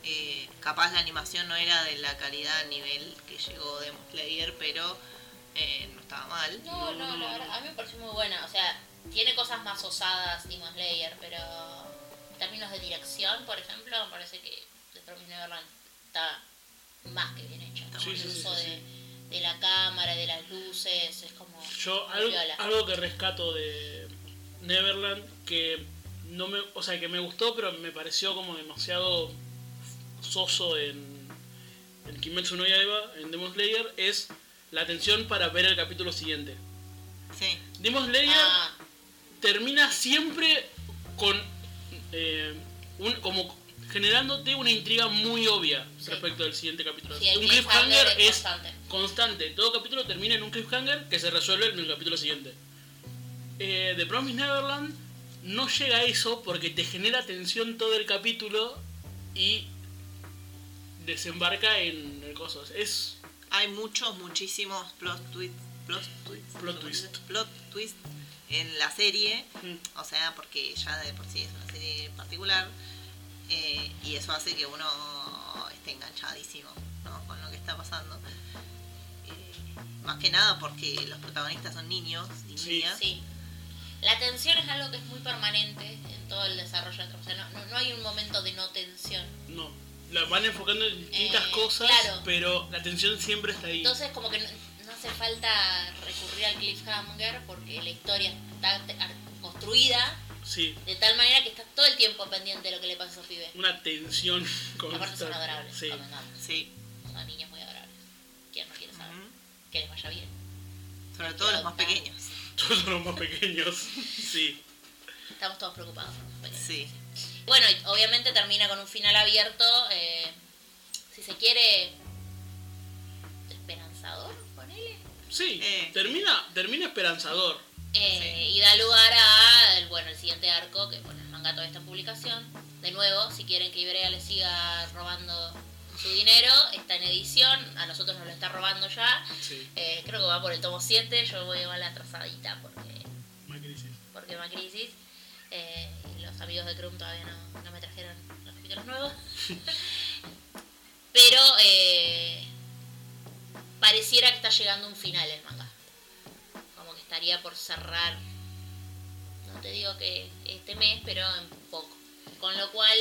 B: Eh, capaz la animación no era de la calidad a nivel que llegó Demon Slayer, pero eh, no estaba mal.
C: No, no, la verdad, a mí me pareció muy buena. O sea, tiene cosas más osadas Demon Slayer, pero en términos de dirección, por ejemplo, me parece que The Promised Neverland está más que bien hecha.
B: Está
C: Como
A: muy
C: el
A: bien.
C: uso
A: Sí, sí,
C: de, de la cámara, de las luces, es como...
A: Yo
C: muy
A: algo,
C: piola.
A: algo que rescato de Neverland que no me, o sea, que me gustó, pero me pareció como demasiado soso en, en Kimetsu no Yaiba, en Demon Slayer es la atención para ver el capítulo siguiente.
B: Sí,
A: Demon Slayer
C: Ah,
A: termina siempre con eh, un, como generándote una intriga muy obvia
C: Sí.
A: respecto del siguiente capítulo.
C: sí, el
A: un cliffhanger
C: cliffhanger
A: es
C: es constante.
A: constante. Todo capítulo termina en un cliffhanger que se resuelve en el capítulo siguiente. Eh, The Promised Neverland no llega a eso porque te genera tensión todo el capítulo y desembarca en el coso. Es
B: hay muchos, muchísimos plot twists. Plot twists.
A: Plot twist.
B: Plot twist en la serie,
A: Mm.
B: o sea, porque ya de por sí es una serie particular, eh, y eso hace que uno esté enganchadísimo ¿no? con lo que está pasando. Eh, más que nada porque los protagonistas son niños y
A: Sí.
B: niñas.
C: Sí. La tensión es algo que es muy permanente en todo el desarrollo de la trama. O sea, no, no- no hay un momento de no tensión.
A: No. La van enfocando en distintas
C: Eh,
A: cosas,
C: claro.
A: pero la tensión siempre está ahí.
C: Entonces, como que no, no hace falta recurrir al cliffhanger porque la historia está te- ar- construida
A: Sí,
C: de tal manera que estás todo el tiempo pendiente de lo que le pasa a esos pibes.
A: una tensión
C: Y aparte son
A: constante.
C: adorables,
A: Sí.
C: convengamos.
B: Sí.
C: Son niños muy adorables. ¿Quién no quiere saber?
B: Ujú.
C: Que les vaya bien.
B: Sobre todo los más
C: Pero-
B: pequeños.
A: Todos los más pequeños. Sí.
C: Estamos todos preocupados por los pequeños.
B: Sí.
C: Bueno, y obviamente termina con un final abierto, eh, si se quiere, esperanzador, ponele.
A: Sí.
B: Eh.
A: Termina, termina esperanzador.
C: Eh, Y da lugar a, el- bueno, el siguiente arco, que bueno, el manga todavía está en publicación. De nuevo, si quieren que Ibrea le siga robando su dinero, está en edición, a nosotros nos lo está robando ya.
A: Sí.
C: Eh, creo que va por el tomo 7, yo voy a la atrasadita porque,
A: Más crisis.
C: porque va crisis. Eh, y los amigos de Crum todavía no, no me trajeron los capítulos nuevos. Pero eh, pareciera que está llegando un final el manga. Como que estaría por cerrar, no te digo que este mes, pero en poco. Con lo cual,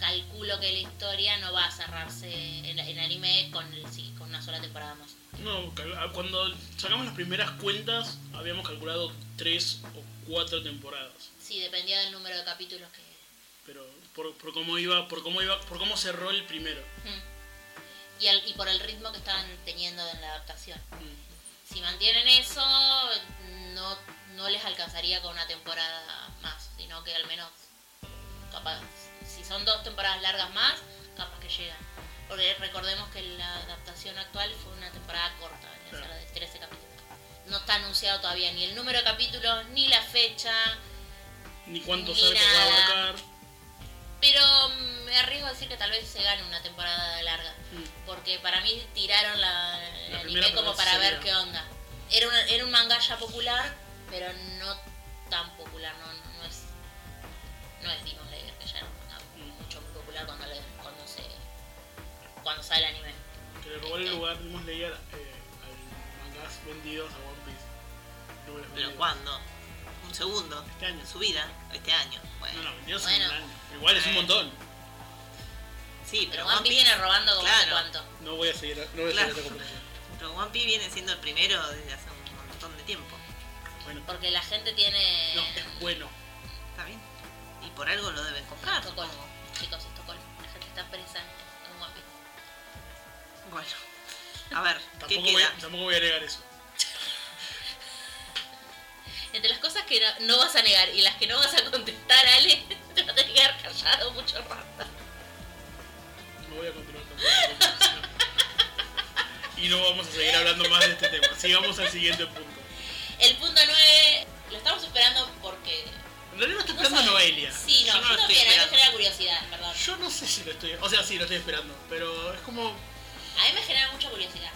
C: calculo que la historia no va a cerrarse en, en anime con, el- sí, con una sola temporada más.
A: No, cal- ah, cuando sacamos las primeras cuentas, habíamos calculado tres o cuatro temporadas.
C: Sí, dependía del número de capítulos que,
A: Pero por, por cómo iba, por cómo iba, por cómo cerró el primero.
C: Mm. Y, al- y por el ritmo que estaban teniendo en la adaptación.
A: Mm.
C: Si mantienen eso, no, no les alcanzaría con una temporada más, sino que al menos, capaz, si son dos temporadas largas más, capaz que llegan. Porque recordemos que la adaptación actual fue una temporada corta, venía a ser
A: Claro.
C: de 13 capítulos. No está anunciado todavía ni el número de capítulos, ni la fecha,
A: Ni cuántos
C: Ni
A: arcos va a
C: nada.
A: abarcar.
C: pero mm, me arriesgo a decir que tal vez se gane una temporada larga.
A: Mm.
C: porque para mí tiraron la, el
A: La primera
C: anime como para
A: primera
C: ver qué onda. Era, una- era un manga ya popular, pero no tan popular, no, no, no es no es Demon Slayer, que ya era un manga
A: Mm.
C: mucho muy popular cuando, le- cuando se cuando sale el anime.
A: Que le robó el lugar de Demon Slayer eh, al mangas vendidos a One Piece. Números
B: ¿Pero
A: vendidos.
B: cuándo? Un segundo.
A: Este año.
B: En su vida. Este año. Bueno.
A: No, no, vendidos en
C: Bueno.
A: un año. Igual es un
B: Eh.
A: montón.
B: Sí,
C: Pero One Piece viene robando como
B: Claro.
C: sé cuánto.
A: No voy a seguir, no voy a seguir
B: Claro.
A: esta comparación.
B: Pero One Piece viene siendo el primero desde hace un montón de tiempo.
A: Bueno,
C: Porque la gente tiene
A: no, es bueno.
B: Está bien. Y por algo lo deben comprar.
C: Ah, Estocolmo,
B: supongo.
C: chicos, Estocolmo. La gente está presa en One Piece.
B: Bueno. A ver, ¿qué
A: Tampoco voy,
B: queda?
A: a- tampoco voy a agregar eso.
C: Entre las cosas que no, no vas a negar y las que no vas a contestar, Ale, te vas a tener que quedar callado mucho rato.
A: No voy a continuar con esta comparación. Y no vamos a seguir hablando más de este tema. Sigamos al siguiente punto.
C: El punto 9 lo estamos esperando porque...
A: En realidad lo está
C: no
A: esperando
C: sé.
A: Noelia.
C: Sí, no,
B: Yo
C: yo,
B: no lo estoy
C: también, a mí me
B: esperando.
C: genera curiosidad, perdón.
A: Yo no sé si lo estoy. O sea, sí, lo estoy esperando. Pero es como.
C: A mí me genera mucha curiosidad.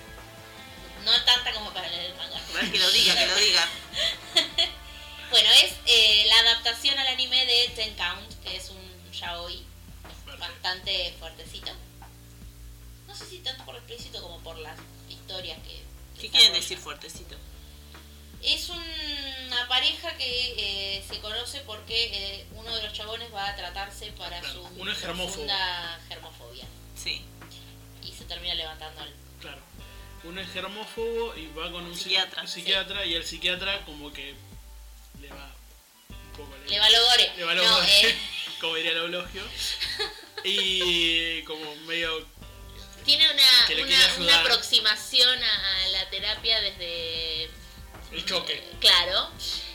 C: No tanta como para leer el manga.
B: A ver, que lo diga, que lo diga.
C: Bueno, es eh, la adaptación al anime de Ten Count, que es un yaoi bastante fuertecito. No sé si tanto por lo explícito como por las historias que...
B: ¿Qué quieren
C: desarrolla.
B: decir fuertecito?
C: Es una pareja que eh, se conoce porque eh, uno de los chabones va a tratarse para
A: Claro,
C: su
A: uno es germófobo.
C: profunda germofobia.
B: Sí.
C: Y se termina levantando el...
A: Claro. Uno es germófobo y va con un
B: Psiquiatra,
A: un psiquiatra y el psiquiatra como que le va un poco
C: Le va logore.
A: le va lo-
C: No, eh,
A: como diría el eulogio. Y como medio
C: tiene
A: Que
C: una,
A: le
C: una,
A: quiere
C: una
A: ayudar.
C: aproximación a, a la terapia desde...
A: el choque.
C: Claro.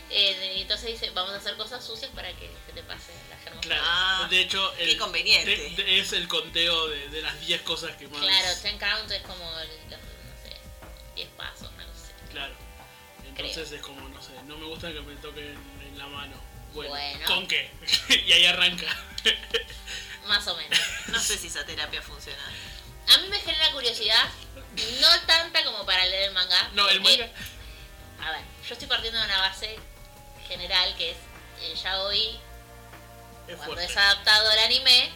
C: Eh, y entonces dice, vamos a hacer cosas sucias para que se te pase la germofobia.
A: Claro.
B: Ah,
A: de hecho,
B: qué conveniente.
A: de- Eh, de- es el conteo de, de las 10 cosas que más.
C: Ah, Claro, Ten Count es como, el- los, no sé, 10 pasos, una cosa así.
A: Claro. Entonces es como, no sé, no me gusta que me toquen en la mano. Bueno,
C: Bueno.
A: ¿con qué? y ahí arranca.
C: Más o menos.
B: No sé si esa terapia funciona.
C: A mí me genera curiosidad, no tanta como para leer el manga.
A: No, el
C: porque-
A: manga.
C: A ver, Yo estoy partiendo de una base general que es eh, ya hoy,
A: Es
C: cuando
A: fuerte.
C: es adaptado al anime,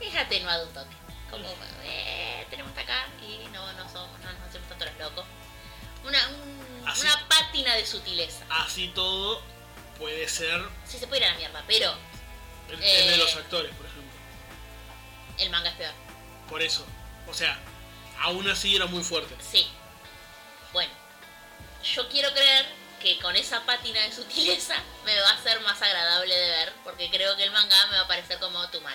C: es atenuado un toque. Como, eh, tenemos hasta acá y no, no somos, no nos hacemos tanto los locos. Una, un-
A: Así-
C: una pátina de sutileza.
A: Así todo puede ser
C: Sí se puede ir a la mierda, pero
A: el, el
C: Eh.
A: de los actores, por ejemplo.
C: el manga es peor.
A: Por eso. O sea, aún así era muy fuerte.
C: Sí. Bueno, yo quiero creer que con esa pátina de sutileza me va a ser más agradable de ver, porque creo que el manga me va a parecer como too much.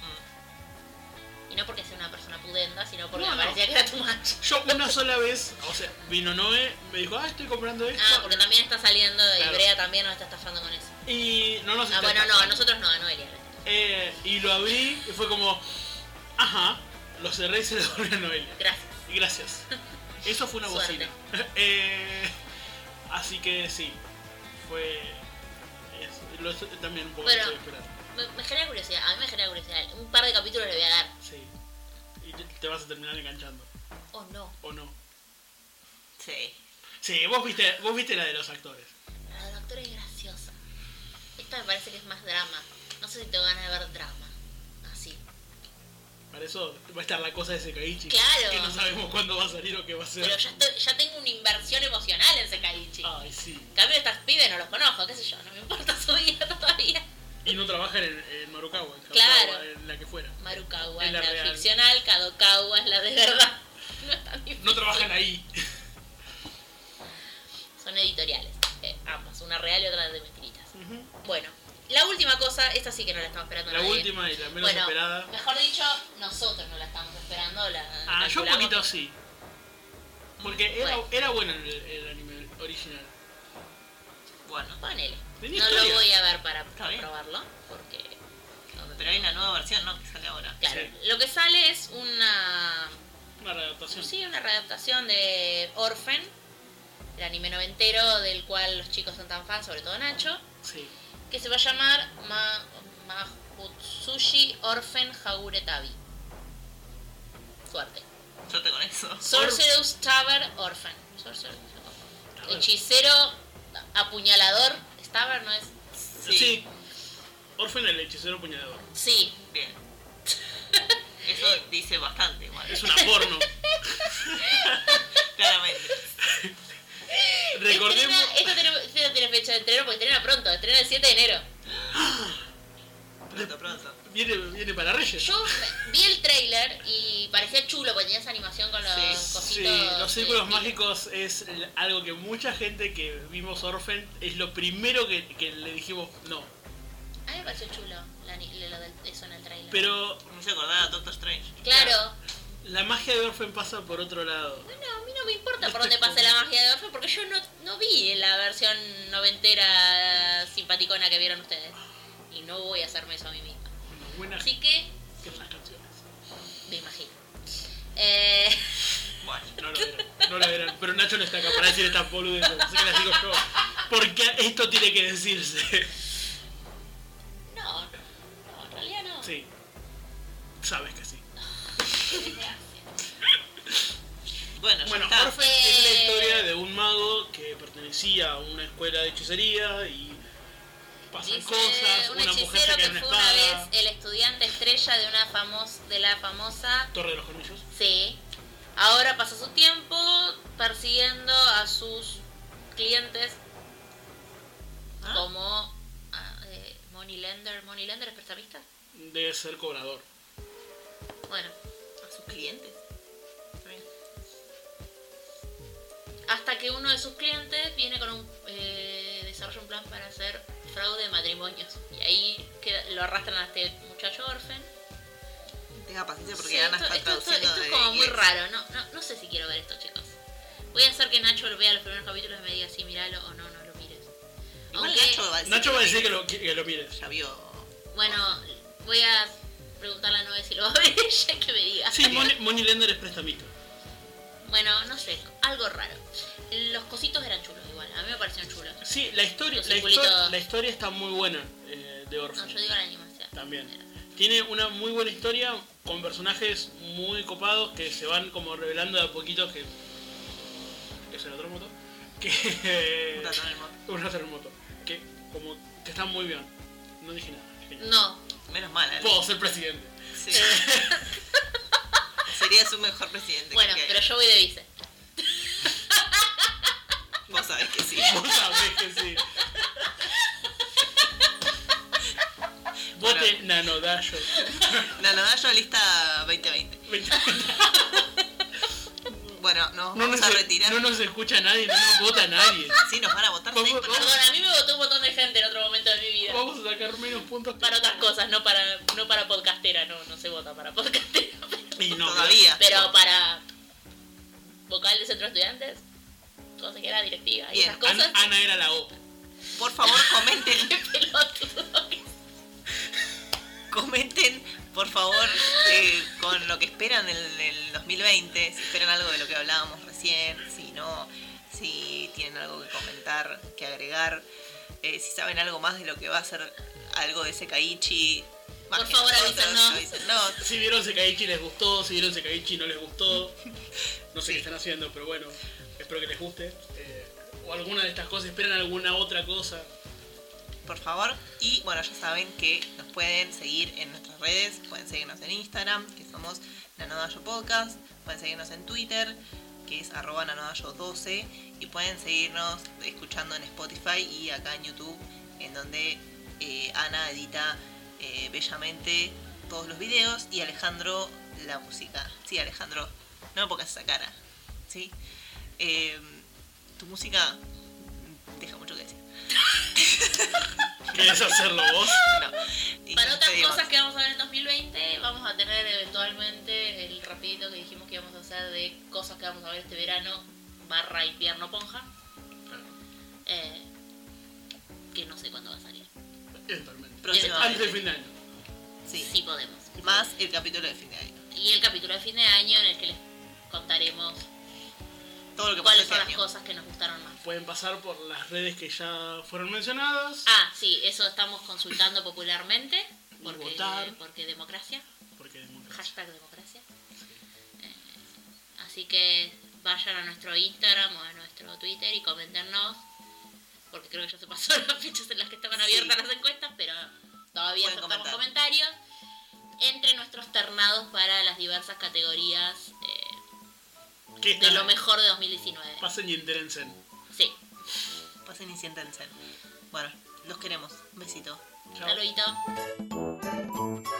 B: Mm.
C: Y no porque sea una persona pudenda, sino porque
A: No,
C: me
A: no.
C: parecía que era too much.
A: Yo una sola vez, o sea, vino Noé, me dijo, ah, estoy comprando esto.
C: Ah, porque también está saliendo, y
A: Claro.
C: Brea también nos está estafando con eso.
A: Y no nos
C: Ah,
A: está
C: bueno, no, a
A: estafando.
C: nosotros no, a Noelia.
A: Eh, y lo abrí y fue como, ajá, lo cerré y se lo devolví a Noelia.
C: Gracias.
A: Gracias. Eso fue una
C: Suerte.
A: bocina. Eh, así que sí, fue... es- lo estoy- también un poco
C: Bueno.
A: estoy esperando.
C: Me, me genera curiosidad, a mí me genera curiosidad. Un par de capítulos le voy a dar.
A: Sí. Y te- te vas a terminar enganchando,
C: Oh, no.
A: ¿o no?
B: Sí.
A: Sí, vos viste, vos viste la de los actores.
C: La del doctor es graciosa. Esta me parece que es más drama. No sé si tengo ganas de ver drama. Así.
A: Para eso va a estar la cosa de Sekaichi.
C: Claro.
A: Que no sabemos cuándo va a salir o qué va a ser.
C: Pero ya, estoy- ya tengo una inversión emocional en Sekaichi.
A: Ay, sí.
C: En cambio, estas pibes no los conozco, qué sé yo, no me importa su vida todavía.
A: Y no trabajan en, en Marukawa, en
C: Claro.
A: Kadokawa, en la que fuera.
C: Marukawa
A: Es
C: es
A: la
C: la,
A: real.
C: ficcional, Kadokawa es la de verdad. No es tan difícil.
A: No trabajan ahí.
C: Son editoriales, eh, ambas, una real y otra de mentiritas. Bueno, la última cosa, esta sí que no la estamos esperando
A: La
C: nadie.
A: última y la menos
C: bueno,
A: esperada.
C: mejor dicho, nosotros no la estamos esperando. La
A: Ah, yo un
C: calculamos.
A: poquito sí. Porque era,
C: Bueno.
A: era bueno el, el anime original.
B: Bueno,
C: Ponele.
A: Tenía
C: no
A: historia.
C: lo voy a ver para
B: Está bien.
C: probarlo, porque
B: pero hay una nueva versión, ¿no? Que sale ahora.
C: Claro,
A: Sí.
C: lo que sale es una.
A: Una readaptación.
C: Sí, una readaptación de Orphan, el anime noventero del cual los chicos son tan fans, sobre todo Nacho,
A: Sí.
C: que se va a llamar Ma, Mahutsushi Orphan Haguretabi. Suerte.
B: Suerte con eso.
C: Sorcerer's Tavern Orphan. Sorcerer's
A: Tavern.
C: Hechicero apuñalador. Staver no es.
A: Sí. Orphan el hechicero puñador.
C: Sí,
B: Bien. Eso dice bastante igual.
A: Es una porno.
B: Claramente.
A: Recordemos.
C: Estrena- Esta tiene, esta tiene fecha de estreno porque estrena pronto, estrena el 7 de enero.
B: Pronto, pronto.
A: Viene, viene para Reyes.
C: Yo vi el trailer y parecía chulo porque tenías animación con los
B: Sí,
C: cositos.
A: Sí, los círculos
C: eh, de-
A: mágicos es l- algo que mucha gente que vimos Orphan es lo primero que, que le dijimos no.
C: A mí me pareció chulo la ni- lo del- eso en el trailer.
A: Pero
B: Me hizo acordar a Doctor Strange.
C: Claro.
A: la magia de Orphan pasa por otro lado.
C: Bueno, a mí no me importa
A: No
C: por
A: estoy
C: dónde pase
A: con-
C: la magia de Orfe porque yo no, no vi la versión noventera simpaticona que vieron ustedes. Y no voy a hacerme eso a mí misma.
A: Una buena
C: Así que,
A: que son las canciones.
C: me imagino. Eh,
B: Bueno.
A: No lo verán, no lo verán. Pero Nacho no está acá para decir estas boludeces, así que las digo yo. Porque esto tiene que decirse.
C: no, no, en realidad no.
A: Sí. Sabes que sí.
B: Bueno, ya
A: Bueno,
B: está.
A: Orfe es la
C: Eh.
A: historia de un mago que pertenecía a una escuela de hechicería y pasan
C: Dice
A: cosas,
C: un
A: una mujer
C: hechicero
A: se cae
C: que
A: en una
C: fue una
A: espada,
C: vez el estudiante estrella de una famos, de la famosa
A: Torre de los Cornillos.
C: C. Ahora pasa su tiempo persiguiendo a sus clientes
B: ¿Ah?
C: como ah, eh, Moneylender. ¿Moneylender es prestamista?
A: Debe ser cobrador.
C: Bueno,
B: A sus clientes. Está bien.
C: hasta que uno de sus clientes viene con un. eh, desarrolla un plan para hacer fraude de matrimonios. Y ahí queda- lo arrastran a este muchacho orfen.
B: Tenga paciencia porque
C: Sí,
B: van a
C: esto,
B: estar
C: esto- esto-
B: traduciendo
C: esto es
B: de
C: como muy
B: inglés.
C: raro, no, no, no sé si quiero ver esto, chicos. Voy a hacer que Nacho lo vea los primeros capítulos y me diga si miralo o no, no lo mires.
B: Igual
C: Aunque-
B: Nacho va a decir
A: Nacho va a decir que lo, que lo mires.
B: ya vio.
C: Bueno, voy a preguntarle a Noé si lo va a ver ella y que me diga.
A: Sí, Moni, Moni Lender es prestamista.
C: Bueno, no sé, algo raro. Los cositos eran chulos igual, a mí me parecieron chulos.
A: Sí, la historia,
C: Los
A: la,
C: circulitos.
A: histo- la historia está muy buena eh, de Orfe.
C: No, yo digo la animación.
A: También. Tiene una muy buena historia con personajes muy copados que se van como revelando de a poquito que... ¿Es el otro moto? que...
B: Un ratón hermoso.
A: Un ratón remoto. Que como que está muy bien. No dije nada. al final.
C: No,
B: Menos mal, Ale.
A: Puedo ser presidente.
B: Sí. Sería su mejor presidente.
C: bueno,
B: que-
C: pero yo voy de vice.
B: Vos sabés que sí.
A: Vos sabés que sí. Vote Nanodayo.
B: La Nadayo lista 2020. Bueno,
A: No
B: nos vamos
A: nos,
B: a retirar.
A: no nos escucha nadie, no nos vota nadie.
B: Sí, nos van a votar
A: Vamos-
B: seis personas.
C: Perdón, a mí me votó un montón de gente en otro momento de mi vida.
A: Vamos a sacar menos puntos que-
C: Para otras cosas, no para, no para podcastera, no, no se vota para podcastera.
A: Y no,
B: todavía.
C: Pero para vocal de centro de estudiantes, consejera directiva y
B: Bien,
C: esas
A: Ana,
C: cosas.
A: Ana era la O.
B: Por favor, comenten.
C: pelotudo que-
B: Comenten, por favor, eh, con lo que esperan del, del 2020. Si esperan algo de lo que hablábamos recién. Si no, si tienen algo que comentar, que agregar. eh, si saben algo más de lo que va a ser algo de Sekaichi. más
C: Por
B: que
C: favor,
B: nosotros,
C: avísennos.
B: avísennos.
A: Si vieron Sekaichi les gustó, si vieron Sekaichi no les gustó. No sé qué están haciendo, pero bueno, espero que les guste. Eh, o alguna de estas cosas, esperan alguna otra cosa.
B: por favor. Y bueno, ya saben que nos pueden seguir en nuestras redes, pueden seguirnos en Instagram, que somos Nanodayo Podcast, pueden seguirnos en Twitter, que es arroba nanodayo12, y pueden seguirnos escuchando en Spotify y acá en YouTube, en donde eh, Ana edita eh, bellamente todos los videos y Alejandro la música. Sí, Alejandro, no me pongas esa cara. ¿sí? Eh, tu música deja mucho que decir.
A: ¿Querés hacerlo vos?
B: No. Y
C: Para
B: nos
C: otras
B: despedimos.
C: cosas que vamos a ver en 2020, vamos a tener eventualmente el rapidito que dijimos que íbamos a hacer de cosas que vamos a ver este verano, barra invierno ponja, eh, que no sé cuándo va a salir.
A: Eventualmente. Antes
B: Próximamente.
A: del fin de año.
B: Sí.
C: Sí podemos.
B: Más el capítulo de fin de año.
C: Y el capítulo de fin de año en el que les contaremos
B: Todo lo que pasó
C: cuáles
B: este
C: son las
B: año.
C: cosas que nos gustaron más.
A: Pueden pasar por las redes que ya fueron mencionadas.
C: Ah, sí, eso estamos consultando popularmente.
A: Y
C: Porque,
A: votar.
C: porque democracia,
A: Porque democracia.
C: hashtag democracia. Eh, así que vayan a nuestro Instagram o a nuestro Twitter y coméntenos. Porque creo que ya se pasaron las fechas en las que estaban
B: Sí.
C: abiertas las encuestas, pero todavía
B: Pueden
C: aceptamos
B: comentar.
C: comentarios. Entre nuestros ternados para las diversas categorías eh,
A: ¿Qué
C: de
A: están?
C: lo mejor de 2019.
A: Pasen y entérense.
C: Sí,
B: Pasen y siéntense. Bueno, los queremos. Un besito.
A: Chao.
C: hasta luego.